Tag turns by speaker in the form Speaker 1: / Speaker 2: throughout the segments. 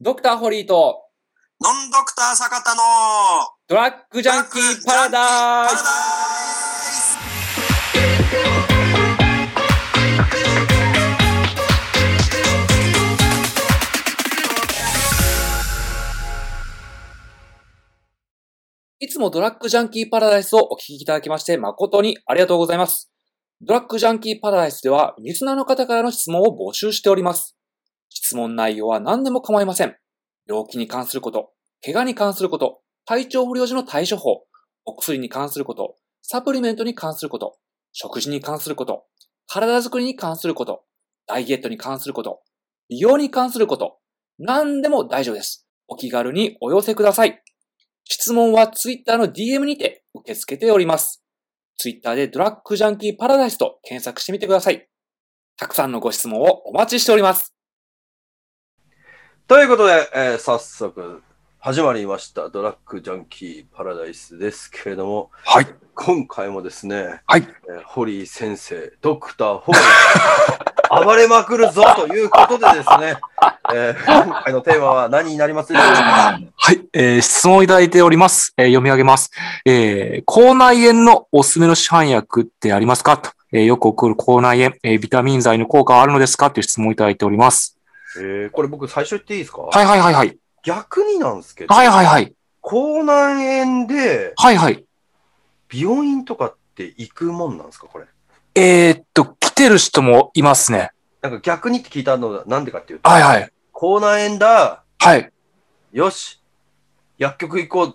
Speaker 1: ドクターホリーと
Speaker 2: ノンドクター坂田の
Speaker 1: ドラッグジャンキーパラダイスいつもドラッグジャンキーパラダイスをお聞きいただきまして誠にありがとうございます。ドラッグジャンキーパラダイスではリスナーの方からの質問を募集しております。質問内容は何でも構いません。病気に関すること、怪我に関すること、体調不良時の対処法、お薬に関すること、サプリメントに関すること、食事に関すること、体づくりに関すること、ダイエットに関すること、美容に関すること、何でも大丈夫です。お気軽にお寄せください。質問は Twitter の DM にて受け付けております。Twitter でドラッグジャンキーパラダイスと検索してみてください。たくさんのご質問をお待ちしております。
Speaker 3: ということで、えー早速始まりましたドラッグジャンキーパラダイスですけれども、
Speaker 2: はい
Speaker 3: 今回もですね、
Speaker 2: はい
Speaker 3: えーホリー先生、ドクターホリー、 暴れまくるぞということでですね、えー今回のテーマは何になりますでしょうか
Speaker 2: はい、えー質問をいただいております。えー読み上げます。えー口内炎のおすすめの市販薬ってありますかと、えーよく起こる口内炎、えービタミン剤の効果はあるのですかという質問をいただいております。
Speaker 3: えーこれ僕最初言っていいですか、
Speaker 2: はいはいはいはい。
Speaker 3: 逆になんですけど、
Speaker 2: はいはいはい。
Speaker 3: 口内炎で
Speaker 2: はいはい。
Speaker 3: 病院とかって行くもんなんですかこれ。
Speaker 2: えーっと、来てる人もいますね。
Speaker 3: なんか逆にって聞いたのはなんでかっていうと、
Speaker 2: はいはい。
Speaker 3: 口内炎だ、
Speaker 2: はい。
Speaker 3: よし、薬局行こう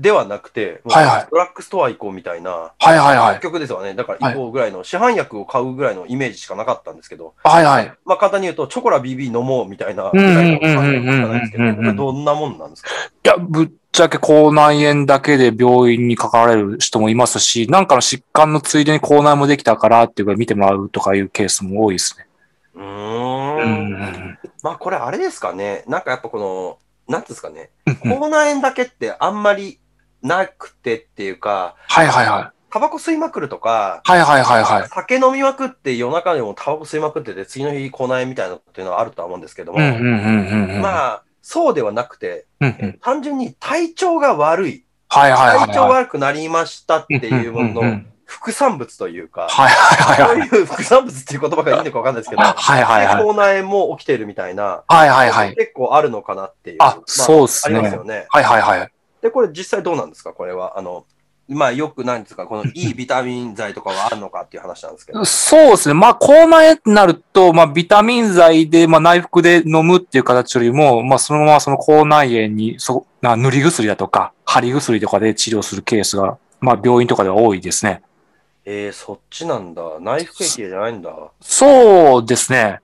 Speaker 3: ではなくて、もう
Speaker 2: はいはい
Speaker 3: ドラッグストア行こうみたいな、
Speaker 2: はいはいはい
Speaker 3: 薬。局ですよね。だから行こうぐらいの、市販薬を買うぐらいのイメージしかなかったんですけど、
Speaker 2: はいはい。
Speaker 3: まあ簡単に言うと、チョコラ BB 飲もうみたいな、
Speaker 2: うんうんうん
Speaker 3: ぐらいの感覚しかないですけ
Speaker 2: うん
Speaker 3: ど、
Speaker 2: うん
Speaker 3: こ
Speaker 2: うんう
Speaker 3: れ
Speaker 2: ん
Speaker 3: どんなもんなんですか
Speaker 2: いや、ぶっちゃけ口内炎だけで病院にかかられる人もいますし、なんかの疾患のついでに口内もできたからっていうか見てもらうとかいうケースも多いですね。
Speaker 3: う
Speaker 2: う
Speaker 3: ーん。
Speaker 2: ん。
Speaker 3: まあこれあれですかね。なんかやっぱこの、なんていうんですかね。
Speaker 2: うん
Speaker 3: 口内炎だけってあんまりなくてっていうか、
Speaker 2: はいはいはい。
Speaker 3: タバコ吸いまくるとか、
Speaker 2: はいはいはいはい。
Speaker 3: 酒飲みまくって夜中でもタバコ吸いまくってて、次の日口内炎みたいなのっていうのはあるとは思うんですけども、
Speaker 2: うんうんうんうんうん。
Speaker 3: まあ、そうではなくて、
Speaker 2: うんうん
Speaker 3: 単純に体調が悪い、
Speaker 2: はいはいはい。
Speaker 3: 体調悪くなりましたっていうも
Speaker 2: んん
Speaker 3: の
Speaker 2: ん
Speaker 3: の副産物というか、
Speaker 2: はいはい
Speaker 3: そ
Speaker 2: は
Speaker 3: う
Speaker 2: いはい。
Speaker 3: いう副産物っていう言葉がいいのかわかんないですけど、
Speaker 2: はいはいはい。
Speaker 3: 口内炎も起きてるみたいな、
Speaker 2: はいはいはい。
Speaker 3: 結構あるのかなっていう。
Speaker 2: あ、
Speaker 3: う
Speaker 2: そうです
Speaker 3: あり
Speaker 2: ね。
Speaker 3: ま
Speaker 2: は
Speaker 3: すよね。
Speaker 2: いはいはい。
Speaker 3: で、これ実際どうなんですかこれは。あの、まあよくなんですかこのいいビタミン剤とかはあるのかっていう話なんですけど。
Speaker 2: そうですね。まあ、口内炎ってなると、まあ、ビタミン剤で、まあ、内服で飲むっていう形よりも、まあ、そのままその口内炎に、そ、な塗り薬だとか、貼り薬とかで治療するケースが、まあ、病院とかでは多いですね。
Speaker 3: えー、そっちなんだ。内服液じゃないんだ。
Speaker 2: そうですね。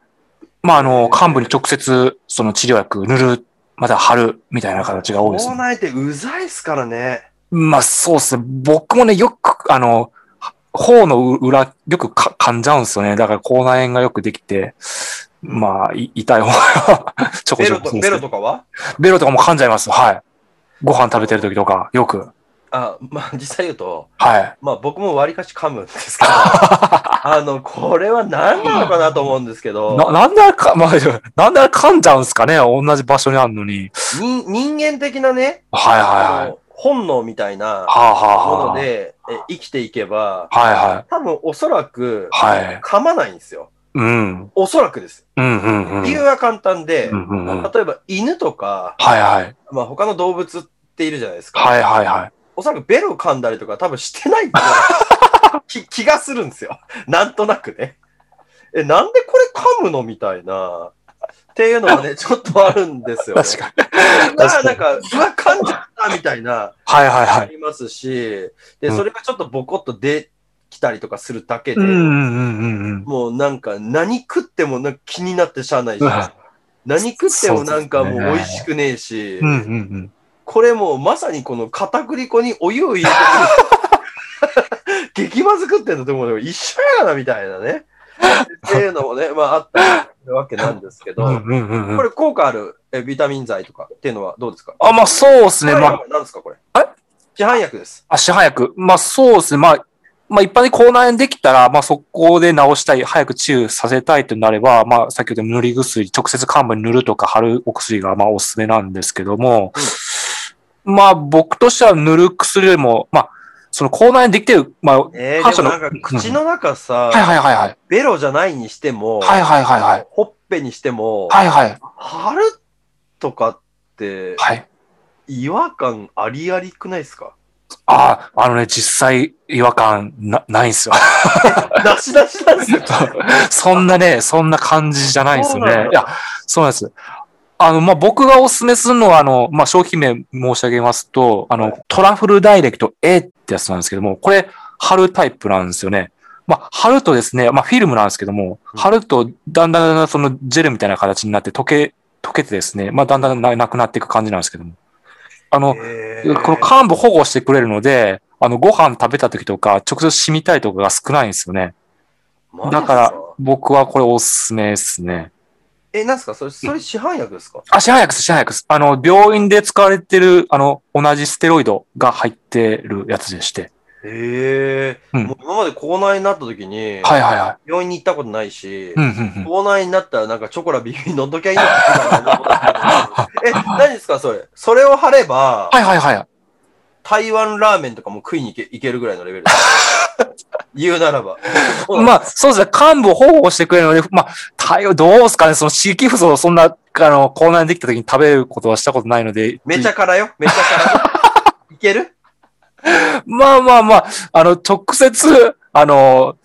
Speaker 2: まあ、あ
Speaker 3: へ
Speaker 2: の、
Speaker 3: ー
Speaker 2: 患部に直接、その治療薬塗る、または貼る、みたいな形が多いです
Speaker 3: 口
Speaker 2: ね。
Speaker 3: 内炎ってうざいっすからね。
Speaker 2: まあ、そうですね。僕もね、よく、あの、頬の裏、よくか噛んじゃうんですよね。だから、口内炎がよくできて、まあ、い痛い方が ちょこ
Speaker 3: ベ
Speaker 2: ちょ
Speaker 3: ロ
Speaker 2: こそ
Speaker 3: と
Speaker 2: うで
Speaker 3: ベ
Speaker 2: す
Speaker 3: ロ
Speaker 2: けど
Speaker 3: とかは
Speaker 2: ベロとかも噛んじゃいます。はい。ご飯食べてる時とか、よく。
Speaker 3: あ、まあ実際言うと、
Speaker 2: はい。
Speaker 3: まあ僕も割かし噛むんで すけど、あの、これは何なのかなと思うんですけ
Speaker 2: な、
Speaker 3: ど、
Speaker 2: なんであれか、まあ、 なんであれ噛んじゃうんですかね同じ場所にあるのに。
Speaker 3: 人人間的なね、
Speaker 2: はいはいは
Speaker 3: あ
Speaker 2: い。
Speaker 3: の本能みたいな
Speaker 2: はあはあ
Speaker 3: もの
Speaker 2: は
Speaker 3: でえ生きていけば、
Speaker 2: あ。はいはい。
Speaker 3: 多分おそらく
Speaker 2: はい
Speaker 3: 噛まないんですよ。
Speaker 2: うん。うん
Speaker 3: おそらくです。
Speaker 2: うんうん。
Speaker 3: 理由は簡単で
Speaker 2: う、んうんうん。はい
Speaker 3: 例えば犬とか、
Speaker 2: はい。
Speaker 3: まあ他の動物っているじゃないですか。
Speaker 2: はいはいはい。
Speaker 3: おそらくベロ噛んだりとか多分してないんで き気がするんですよ。なんとなくね。え、なんでこれ噛むのみたいな。っていうのがね、ちょっとあるんですよ、ね。
Speaker 2: 確かに。
Speaker 3: に。
Speaker 2: 確か
Speaker 3: なん
Speaker 2: に
Speaker 3: か、うわ、噛んじゃったみたいな、
Speaker 2: はいはいは
Speaker 3: あ
Speaker 2: い。
Speaker 3: りますし、
Speaker 2: う
Speaker 3: で、
Speaker 2: ん
Speaker 3: それがちょっとボコッと出きたりとかするだけで、
Speaker 2: うんうんうんうんうん。
Speaker 3: もうなんか、何食ってもなんか気になってしゃあないし、
Speaker 2: うわ
Speaker 3: 何食ってもなんかもう
Speaker 2: そうです
Speaker 3: 美
Speaker 2: ね
Speaker 3: 味しくねえし、
Speaker 2: うんうんうん。
Speaker 3: これもうまさにこの片栗粉にお湯を入れてる。激まずくって んだと思うよ。一緒やがな、みたいなね。っていうのもね、まああったりするわけなんですけ
Speaker 2: う
Speaker 3: ど、
Speaker 2: んうんうんうん
Speaker 3: これ効果あるえビタミン剤とかっていうのはどうですか
Speaker 2: あ、まあそうですね。まあ、
Speaker 3: 何ですか、これ。
Speaker 2: え
Speaker 3: 市販薬です。
Speaker 2: あ市販薬。まあそうですね。まあ、まあ一般に口内炎できたら、まあ速攻で治したい、早く治癒させたいとなれば、まあ先ほど塗り薬、直接患部に塗るとか貼るお薬がまあおすすめなんですけども、まあ僕としては塗る薬よりも、まあその口内炎できてる、まあ、はい
Speaker 3: えー、
Speaker 2: 箇所
Speaker 3: でも
Speaker 2: の
Speaker 3: なんか口の中さ、
Speaker 2: はいはいはい。
Speaker 3: ベロじゃないにしても、
Speaker 2: はいはいはいはい。
Speaker 3: ほっぺにしても、
Speaker 2: はいはい。
Speaker 3: 貼るとかって
Speaker 2: はい。
Speaker 3: 違和感ありありくないですか
Speaker 2: ああ、あのね、実際違和感なないんですよ。
Speaker 3: なしなしなんですよ。
Speaker 2: そんなね、そんな感じじゃないんですよ
Speaker 3: そうなん
Speaker 2: ね
Speaker 3: だ。
Speaker 2: いや、そうなんです。あの、まあ、僕がおすすめするのは、あの、まあ、商品名申し上げますと、あの、トラフルダイレクト A ってやつなんですけども、これ、貼るタイプなんですよね。まあ、貼るとですね、まあ、フィルムなんですけども、
Speaker 3: うん
Speaker 2: 貼ると、だんだんだんだんそのジェルみたいな形になって溶け、溶けてですね、まあ、だんだんななくなっていく感じなんです けども。あの、
Speaker 3: えー
Speaker 2: この幹部保護してくれるので、あの、ご飯食べた時とか、直接染みたいとかが少ないんですよね。
Speaker 3: マジっす
Speaker 2: だから、僕はこれおすすめですね。
Speaker 3: え、なんすかそれ、それ市販薬ですか
Speaker 2: あ、市販薬です、市販薬です。あの、病院で使われてる、あの、同じステロイドが入ってるやつでして。
Speaker 3: ええ
Speaker 2: うん
Speaker 3: もう今まで口内炎になった時に、
Speaker 2: はいはいはい。
Speaker 3: 病院に行ったことないし、
Speaker 2: うん、うん、うん。
Speaker 3: 口内炎になったらなんかチョコラビビに飲んどきゃいいのかなえ、 何ですかそれ。それを貼れば、
Speaker 2: はいはいはい。
Speaker 3: 台湾ラーメンとかも食いに行けいけるぐらいのレベルです。 言うならば。
Speaker 2: まあ、そうですね。幹部を保護してくれるので、まあ、対応どうですかね。その刺激不足をそんな、あの、口内にできた時に食べることはしたことないので。
Speaker 3: めちゃ辛よ。めちゃ辛 い。いける
Speaker 2: まあまあまあ、あの、直接、あの、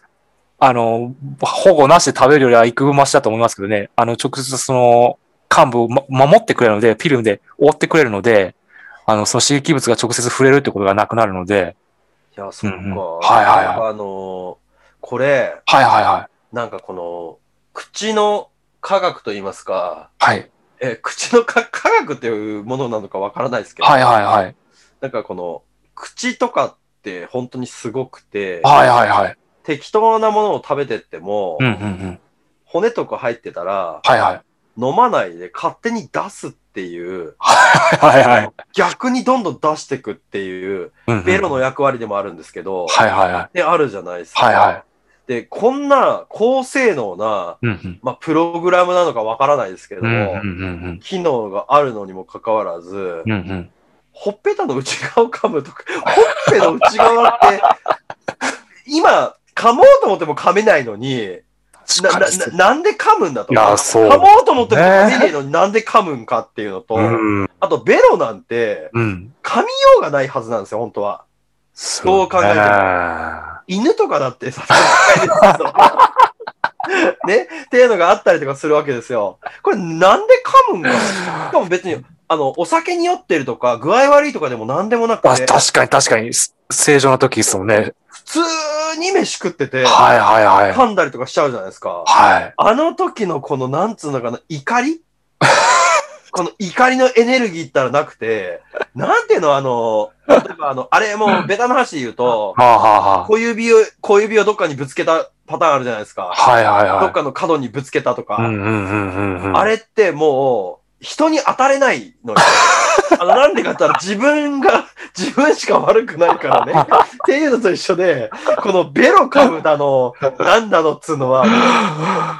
Speaker 2: あの、保護なしで食べるよりは幾分マシだと思いますけどね。あの、直接その、幹部を、ま、守ってくれるので、フィルムで覆ってくれるので、あの、その刺激物が直接触れるってことがなくなるので、
Speaker 3: いや、そっか。
Speaker 2: うんうんはいはいはい
Speaker 3: なんかあのーこれ、
Speaker 2: はいはいはい。
Speaker 3: なんかこの、口の科学といいますか、
Speaker 2: はい。
Speaker 3: え、口のか科学というものなのかわからないですけど、
Speaker 2: はいはいはい。
Speaker 3: なんかこの、口とかって本当にすごくて、
Speaker 2: はいはいはい。
Speaker 3: 適当なものを食べてっても、
Speaker 2: うんうんうん。
Speaker 3: 骨とか入ってたら、
Speaker 2: はいはい。
Speaker 3: 飲まないで勝手に出すっていう、
Speaker 2: はいはいはい。
Speaker 3: 逆にどんどん出してくっていう、
Speaker 2: うんうん
Speaker 3: ベロの役割でもあるんですけど、
Speaker 2: はいはいはい。
Speaker 3: であるじゃないですか。
Speaker 2: はいはい
Speaker 3: で、こんな高性能な、
Speaker 2: うんうん。
Speaker 3: まあ、プログラムなのかわからないですけど
Speaker 2: うんうん
Speaker 3: も、
Speaker 2: うん
Speaker 3: 機能があるのにもかかわらず
Speaker 2: うん。う、んうん。
Speaker 3: ほっぺたの内側を噛むとか、ほっぺの内側って、今、噛もうと思っても噛めないのに、な
Speaker 2: 確か
Speaker 3: な
Speaker 2: に。
Speaker 3: ななんで噛むんだと。
Speaker 2: いやそう
Speaker 3: 噛もうと思っても噛めねえのになんで噛むんかっていうのと、
Speaker 2: うん。
Speaker 3: あとベロなんて
Speaker 2: うん。
Speaker 3: 噛みようがないはずなんですよ、本当は。
Speaker 2: そう
Speaker 3: 考えても
Speaker 2: ね
Speaker 3: 犬とかだってさ、 使えないですけどね、っていうのがあったりとかするわけですよ。これなんで噛むんだしかも別に、あの、お酒に酔ってるとか、具合悪いとかでもなんでもなく
Speaker 2: あ
Speaker 3: て、
Speaker 2: 確かに確かに、す正常な時ですもんね。
Speaker 3: 普通に飯食ってて、
Speaker 2: はいはいはい。
Speaker 3: 噛んだりとかしちゃうじゃないですか。
Speaker 2: はい。
Speaker 3: あの時のこの、なんつうのかな、怒りこの怒りのエネルギーったらなくて、なんていうの、あの、例えばあの、あれもうベタな話で言うと、
Speaker 2: はあは
Speaker 3: 小指を、小指をどっかにぶつけたパターンあるじゃないです
Speaker 2: あ
Speaker 3: か。
Speaker 2: はあ。はいはい
Speaker 3: どっ
Speaker 2: は
Speaker 3: かの角にぶつけたとか。
Speaker 2: い。うんうんうんうんうん。
Speaker 3: あれってもう、人に当たれない のに。あの、なんでかって言ったら自分が、 自分しか悪くないからね。っていうのと一緒で、このベロ噛むだの、なんだのっつうのは、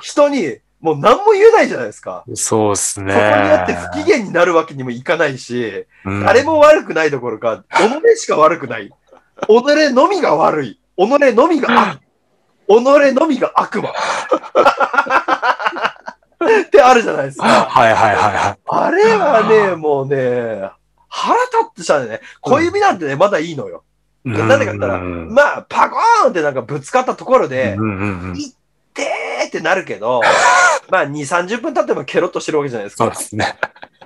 Speaker 3: 人に、もう何も言えないじゃないですか。
Speaker 2: そうです
Speaker 3: そ
Speaker 2: ね。
Speaker 3: こによって不機嫌になるわけにもいかないし、
Speaker 2: うん
Speaker 3: 誰も悪くないどころか、己しか悪くない。己のみが悪い。己のみが 悪。己のみが悪魔。ってあるじゃないですか。
Speaker 2: はいはいはいはい。
Speaker 3: あれはね、もうね、腹立ってしたね。小指なんてね、まだいいのよ。なんでかって言ったら
Speaker 2: うん
Speaker 3: まあ、パコーンってなんかぶつかったところで
Speaker 2: う、んうんうん。
Speaker 3: でーってなる けど、まあ、2、30分経ってもケロッとしてるわけじゃないです
Speaker 2: そう
Speaker 3: か
Speaker 2: で。すね。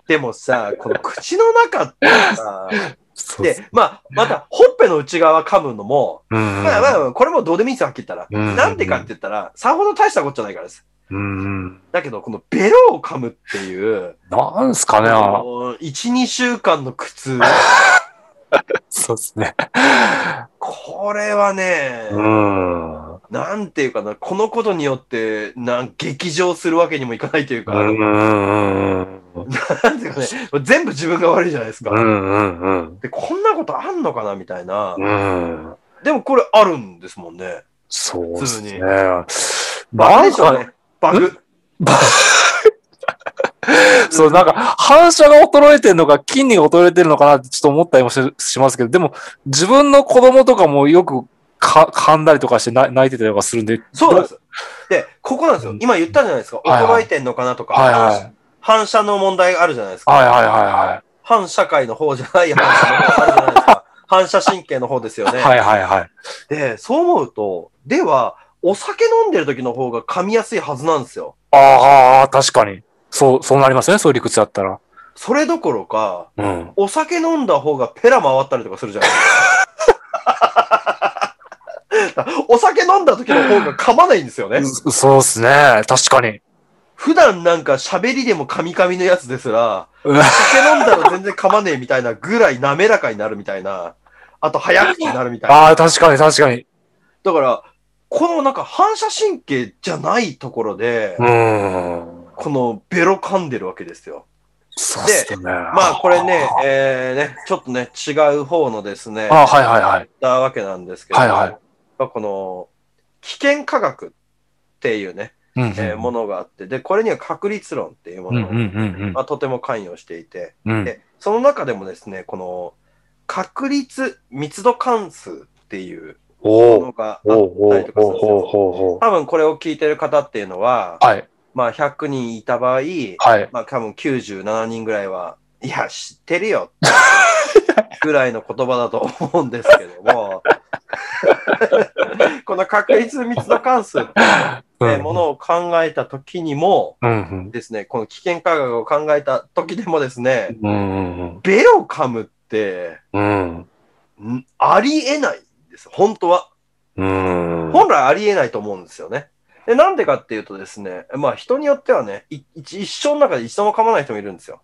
Speaker 3: でもさ、この口の中ってさ、
Speaker 2: そうです
Speaker 3: で、まあ、また、ほっぺの内側噛むのも、
Speaker 2: うんうん
Speaker 3: まあまあ、これもどうでもいいんですよ、はっきり言った
Speaker 2: う
Speaker 3: ら。
Speaker 2: ん
Speaker 3: なんでかって言ったら、さほど大したことじゃないからです。
Speaker 2: うんうん。
Speaker 3: だけど、このベロを噛むっていう、
Speaker 2: なんすかね。
Speaker 3: もう1、2週間の苦 痛。
Speaker 2: そうですね。
Speaker 3: これはね、
Speaker 2: うん。うん
Speaker 3: なんていうかな、このことによって、なん、劇場するわけにもいかないというか、
Speaker 2: うんうんうん。
Speaker 3: なんていうかね、全部自分が悪いじゃないですか。
Speaker 2: うんうんうん。
Speaker 3: で、こんなことあんのかなみたいな。
Speaker 2: うん。
Speaker 3: でもこれあるんですもんね。
Speaker 2: そうですね。
Speaker 3: あ
Speaker 2: な
Speaker 3: れ
Speaker 2: ん
Speaker 3: でしょう
Speaker 2: かね、
Speaker 3: ね。バ グ。
Speaker 2: そう、なんか、反射が衰えてるのか、筋肉が衰えてるのかなってちょっと思ったりもししますけど、でも、自分の子供とかもよくか噛んだりとかしてな泣いてたりとかするんで、
Speaker 3: そうなんです。で、ここなんです
Speaker 2: う
Speaker 3: よ
Speaker 2: ん。
Speaker 3: 今言ったじゃないですか。
Speaker 2: はいはい
Speaker 3: 衰えてんのかなとか、
Speaker 2: はいはい。
Speaker 3: 反射の問題があるじゃないですか。
Speaker 2: はいはいは
Speaker 3: 反社会の方じゃない反射の方あるじゃないで すか。反射神経の方ですよ
Speaker 2: いはい。
Speaker 3: ね。
Speaker 2: はいはいはい。
Speaker 3: で、そう思うと、では、お酒飲んでる時の方が噛みやすいはずなんですよ。
Speaker 2: ああ、確かに。そう、そうなりますね、そういう理屈だったら。
Speaker 3: それどころか、
Speaker 2: うん。
Speaker 3: お酒飲んだ方がペラ回ったりとか するじゃないですか。お酒飲んだ時の方が噛まないんですよね。
Speaker 2: そそうですね、確かに。
Speaker 3: 普段なんか喋りでも噛み噛みのやつですら、
Speaker 2: うん
Speaker 3: お酒飲んだら全然噛まねえみたいなぐらい滑らかになるみたいな、あと早口になるみたいな。
Speaker 2: ああ、確かに確かに。
Speaker 3: だから、このなんか反射神経じゃないところで、
Speaker 2: うん。
Speaker 3: このベロ噛んでるわけですよ。
Speaker 2: そうっすね。
Speaker 3: まあこれね
Speaker 2: あ、
Speaker 3: えー、ね、ちょっとね、違う方のですね、
Speaker 2: あ、はいはいはい。
Speaker 3: ったわけなんですけど、
Speaker 2: はいはい
Speaker 3: まあこの危険科学っていうね、
Speaker 2: うんうん。
Speaker 3: えーものがあって、で、これには確率論っていうも
Speaker 2: うん
Speaker 3: の
Speaker 2: うん
Speaker 3: が、
Speaker 2: うん
Speaker 3: まあ、とても関与していて、
Speaker 2: うん。うん
Speaker 3: で、その中でもですね、この確率密度関数っていう
Speaker 2: お
Speaker 3: も
Speaker 2: お
Speaker 3: のがあ
Speaker 2: お
Speaker 3: っ
Speaker 2: お
Speaker 3: たりとかするんです
Speaker 2: お
Speaker 3: よ。
Speaker 2: おお
Speaker 3: 多分これを聞いてる方っていうのは、
Speaker 2: はい、
Speaker 3: まあ100人いた場合、
Speaker 2: はい。
Speaker 3: まあ多分97人ぐらいは、いや、知ってるよ。ぐらいの言葉だと思うんですけども、 この確率密度関数って
Speaker 2: うん
Speaker 3: ものを考えた時にも
Speaker 2: うん
Speaker 3: ですね、この危険科学を考えた時でもですね、
Speaker 2: うん。うん
Speaker 3: ベロ噛むって、
Speaker 2: うん
Speaker 3: んありえないんです。本当は。
Speaker 2: うん。うん。
Speaker 3: 本来ありえないと思うんですよね。で、なんでかっていうとですね、まあ人によってはね、い一一生の中で一度も噛まない人もいるんですよ。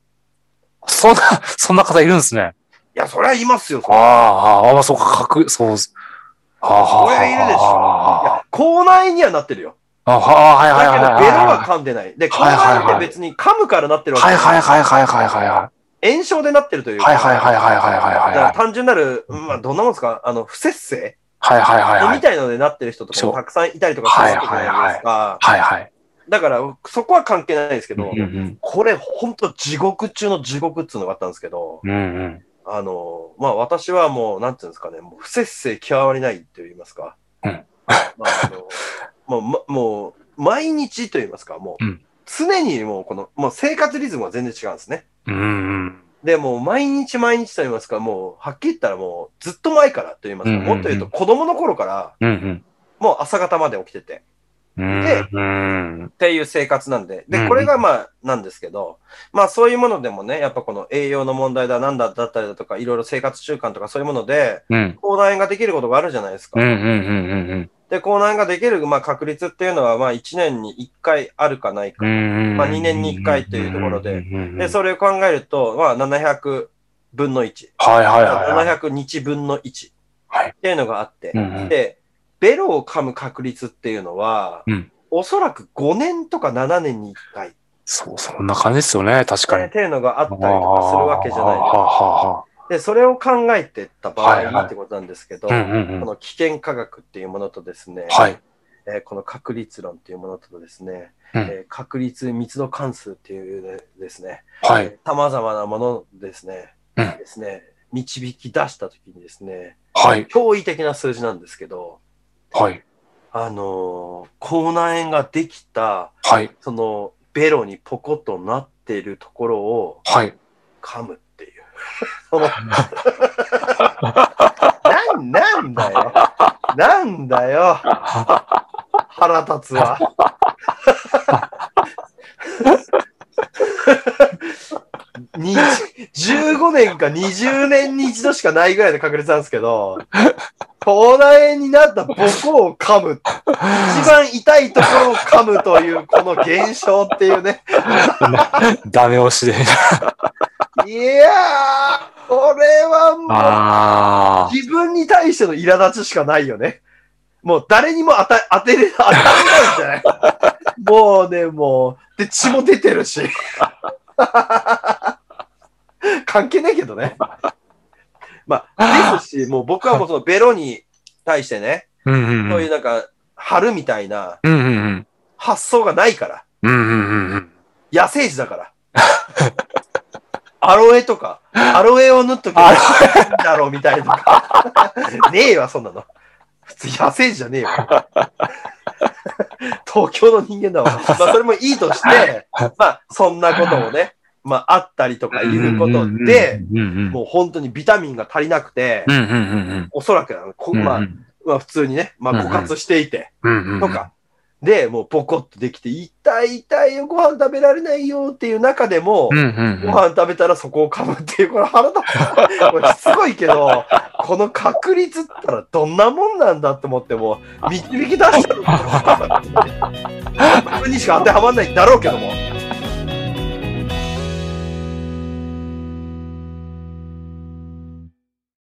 Speaker 2: そんな、そんな方いるんですね。
Speaker 3: いや、それは言いますよ、そ
Speaker 2: あ
Speaker 3: れは
Speaker 2: あ、ああ、そうか、かく、そうっす。ああ、
Speaker 3: これいるでしい
Speaker 2: ょ。
Speaker 3: や、口内にはなってるよ。
Speaker 2: ああ、はい
Speaker 3: だ
Speaker 2: はい
Speaker 3: けど
Speaker 2: はい、はい。
Speaker 3: ベロは噛んでない。で、口
Speaker 2: はいはいはい
Speaker 3: 内って別に噛むからなってるわけ
Speaker 2: はい
Speaker 3: じゃ
Speaker 2: はい
Speaker 3: ない。
Speaker 2: はいはいはいはいはい。
Speaker 3: 炎症でなってるというか。
Speaker 2: はいはいはいはいはいはいはい
Speaker 3: だか
Speaker 2: は
Speaker 3: ら
Speaker 2: い。
Speaker 3: 単純なる、まあ、どんなもんですかあの、不節制
Speaker 2: はいはいはいは
Speaker 3: み
Speaker 2: い。
Speaker 3: たいのでなってる人とか
Speaker 2: そう
Speaker 3: もたくさんいたりとかするわけじゃないですか。
Speaker 2: はいはい。
Speaker 3: だから、そこは関係ないですけ
Speaker 2: うん
Speaker 3: ど、
Speaker 2: うん
Speaker 3: これ、ほんと地獄中の地獄っつうのがあったんですけど、
Speaker 2: うん。うんうん。
Speaker 3: あの、まあ、私はもう、なんていうんですかね、もう不節制極まりないと言いますか。
Speaker 2: うん
Speaker 3: まあ、あの、 もう、ま、もう、毎日と言いますか、もう、
Speaker 2: うん
Speaker 3: 常にもう、この、もう生活リズムは全然違うんですね。
Speaker 2: うんうん。
Speaker 3: で、もう、毎日毎日と言いますか、もう、はっきり言ったらもう、ずっと前からと言いますか、
Speaker 2: うんうんうん
Speaker 3: もっと言うと、子供の頃か
Speaker 2: う
Speaker 3: ら、
Speaker 2: ん
Speaker 3: もう朝方まで起きてて、
Speaker 2: うん。
Speaker 3: で
Speaker 2: うん。
Speaker 3: っていう生活なんで。
Speaker 2: うんう
Speaker 3: で、
Speaker 2: ん
Speaker 3: これがまあ、なんですけど、まあそういうものでもね、やっぱこの栄養の問題だ、なんだだったりだとか、いろいろ生活習慣とかそういうもので、
Speaker 2: うん。
Speaker 3: 口内炎ができることがあるじゃないですか。
Speaker 2: うんうんうんうんうん。
Speaker 3: で、口内炎ができる、まあ、確率っていうのは、まあ、1年に1回あるかないか。
Speaker 2: ま
Speaker 3: まあ二年に一回というところでで、
Speaker 2: で
Speaker 3: それを考えると、まあ、700分の1。
Speaker 2: はいはいはいはい。
Speaker 3: 700日分の1。
Speaker 2: はい
Speaker 3: っていうのがあって
Speaker 2: う。んうん
Speaker 3: で、ベロを噛む確率っていうのは
Speaker 2: うん、
Speaker 3: おそらく5年とか7年に1回。
Speaker 2: そう、そんな感じですよね、確かに。
Speaker 3: ねっていうのがあったりとかするわけじゃない
Speaker 2: はあはあは
Speaker 3: で、それを考えてった場
Speaker 2: はいはい
Speaker 3: 合ってことなんですけど、
Speaker 2: あうんうんう
Speaker 3: こ
Speaker 2: ん。
Speaker 3: の危険科学っていうものとですね、
Speaker 2: はい。
Speaker 3: えーこの確率論っていうものとですね、
Speaker 2: うん
Speaker 3: えー確率密度関数っていうですね、
Speaker 2: はい。
Speaker 3: 様々なものですね、
Speaker 2: うん
Speaker 3: ですね、導き出したときにですね、
Speaker 2: はい。
Speaker 3: 驚異的な数字なんですけど、
Speaker 2: はい。
Speaker 3: あのー、口内炎ができた、
Speaker 2: はい。
Speaker 3: その、ベロにポコッとなっているところを
Speaker 2: はい。
Speaker 3: 噛むっていう。 そのなん、なんだよ。なんだよ。腹立つわ。 に15年か20年に一度しかないぐらいの確率なんですけど、口内炎になったボコを噛む。一番痛いところを噛むという、この現象っていうね。
Speaker 2: ダメ押しで。
Speaker 3: いやー、これはもう、
Speaker 2: あ
Speaker 3: 自分に対しての苛立ちしかないよね。もう誰にも当た当てれ、当たれないんじゃない もうね、もう。で、血も出てるし。関係ないけどね。まあ、ですし、もう僕はもうそのベロに対してね、
Speaker 2: うんうんう
Speaker 3: そうい
Speaker 2: ん。
Speaker 3: うなんか、春みたいな
Speaker 2: うんうんうん。
Speaker 3: 発想がないから。
Speaker 2: うんうんうんうん。
Speaker 3: 野生児だから。 アロエとか、アロエを塗っとけば
Speaker 2: ア
Speaker 3: いいんだろうみたいな。 ねえわ、そんなの。普通野生児じゃねえわ。 東京の人間だわ。まあ、それもいい として、まあ、そんなこともね、まあ、あったりとかいうことで、
Speaker 2: うんうんうん、
Speaker 3: もう本当にビタミンが足りなくて、
Speaker 2: うんうんうん
Speaker 3: おそらくなの、こ
Speaker 2: うん。
Speaker 3: ま
Speaker 2: う
Speaker 3: あ、
Speaker 2: ん
Speaker 3: まあ、普通にね、まあ、枯渇していて、
Speaker 2: うんうん。
Speaker 3: とか。で、もうポコッとできて、痛い痛いよ、ご飯食べられないよっていう中でも
Speaker 2: う、んうん
Speaker 3: ご飯食べたらそこをかぶっていう、これ腹立つ。これすごいけど、 この確率ったらどんなもんなんだって思っても、 導き出したの。自分にしか当てはまんないんだろうけども。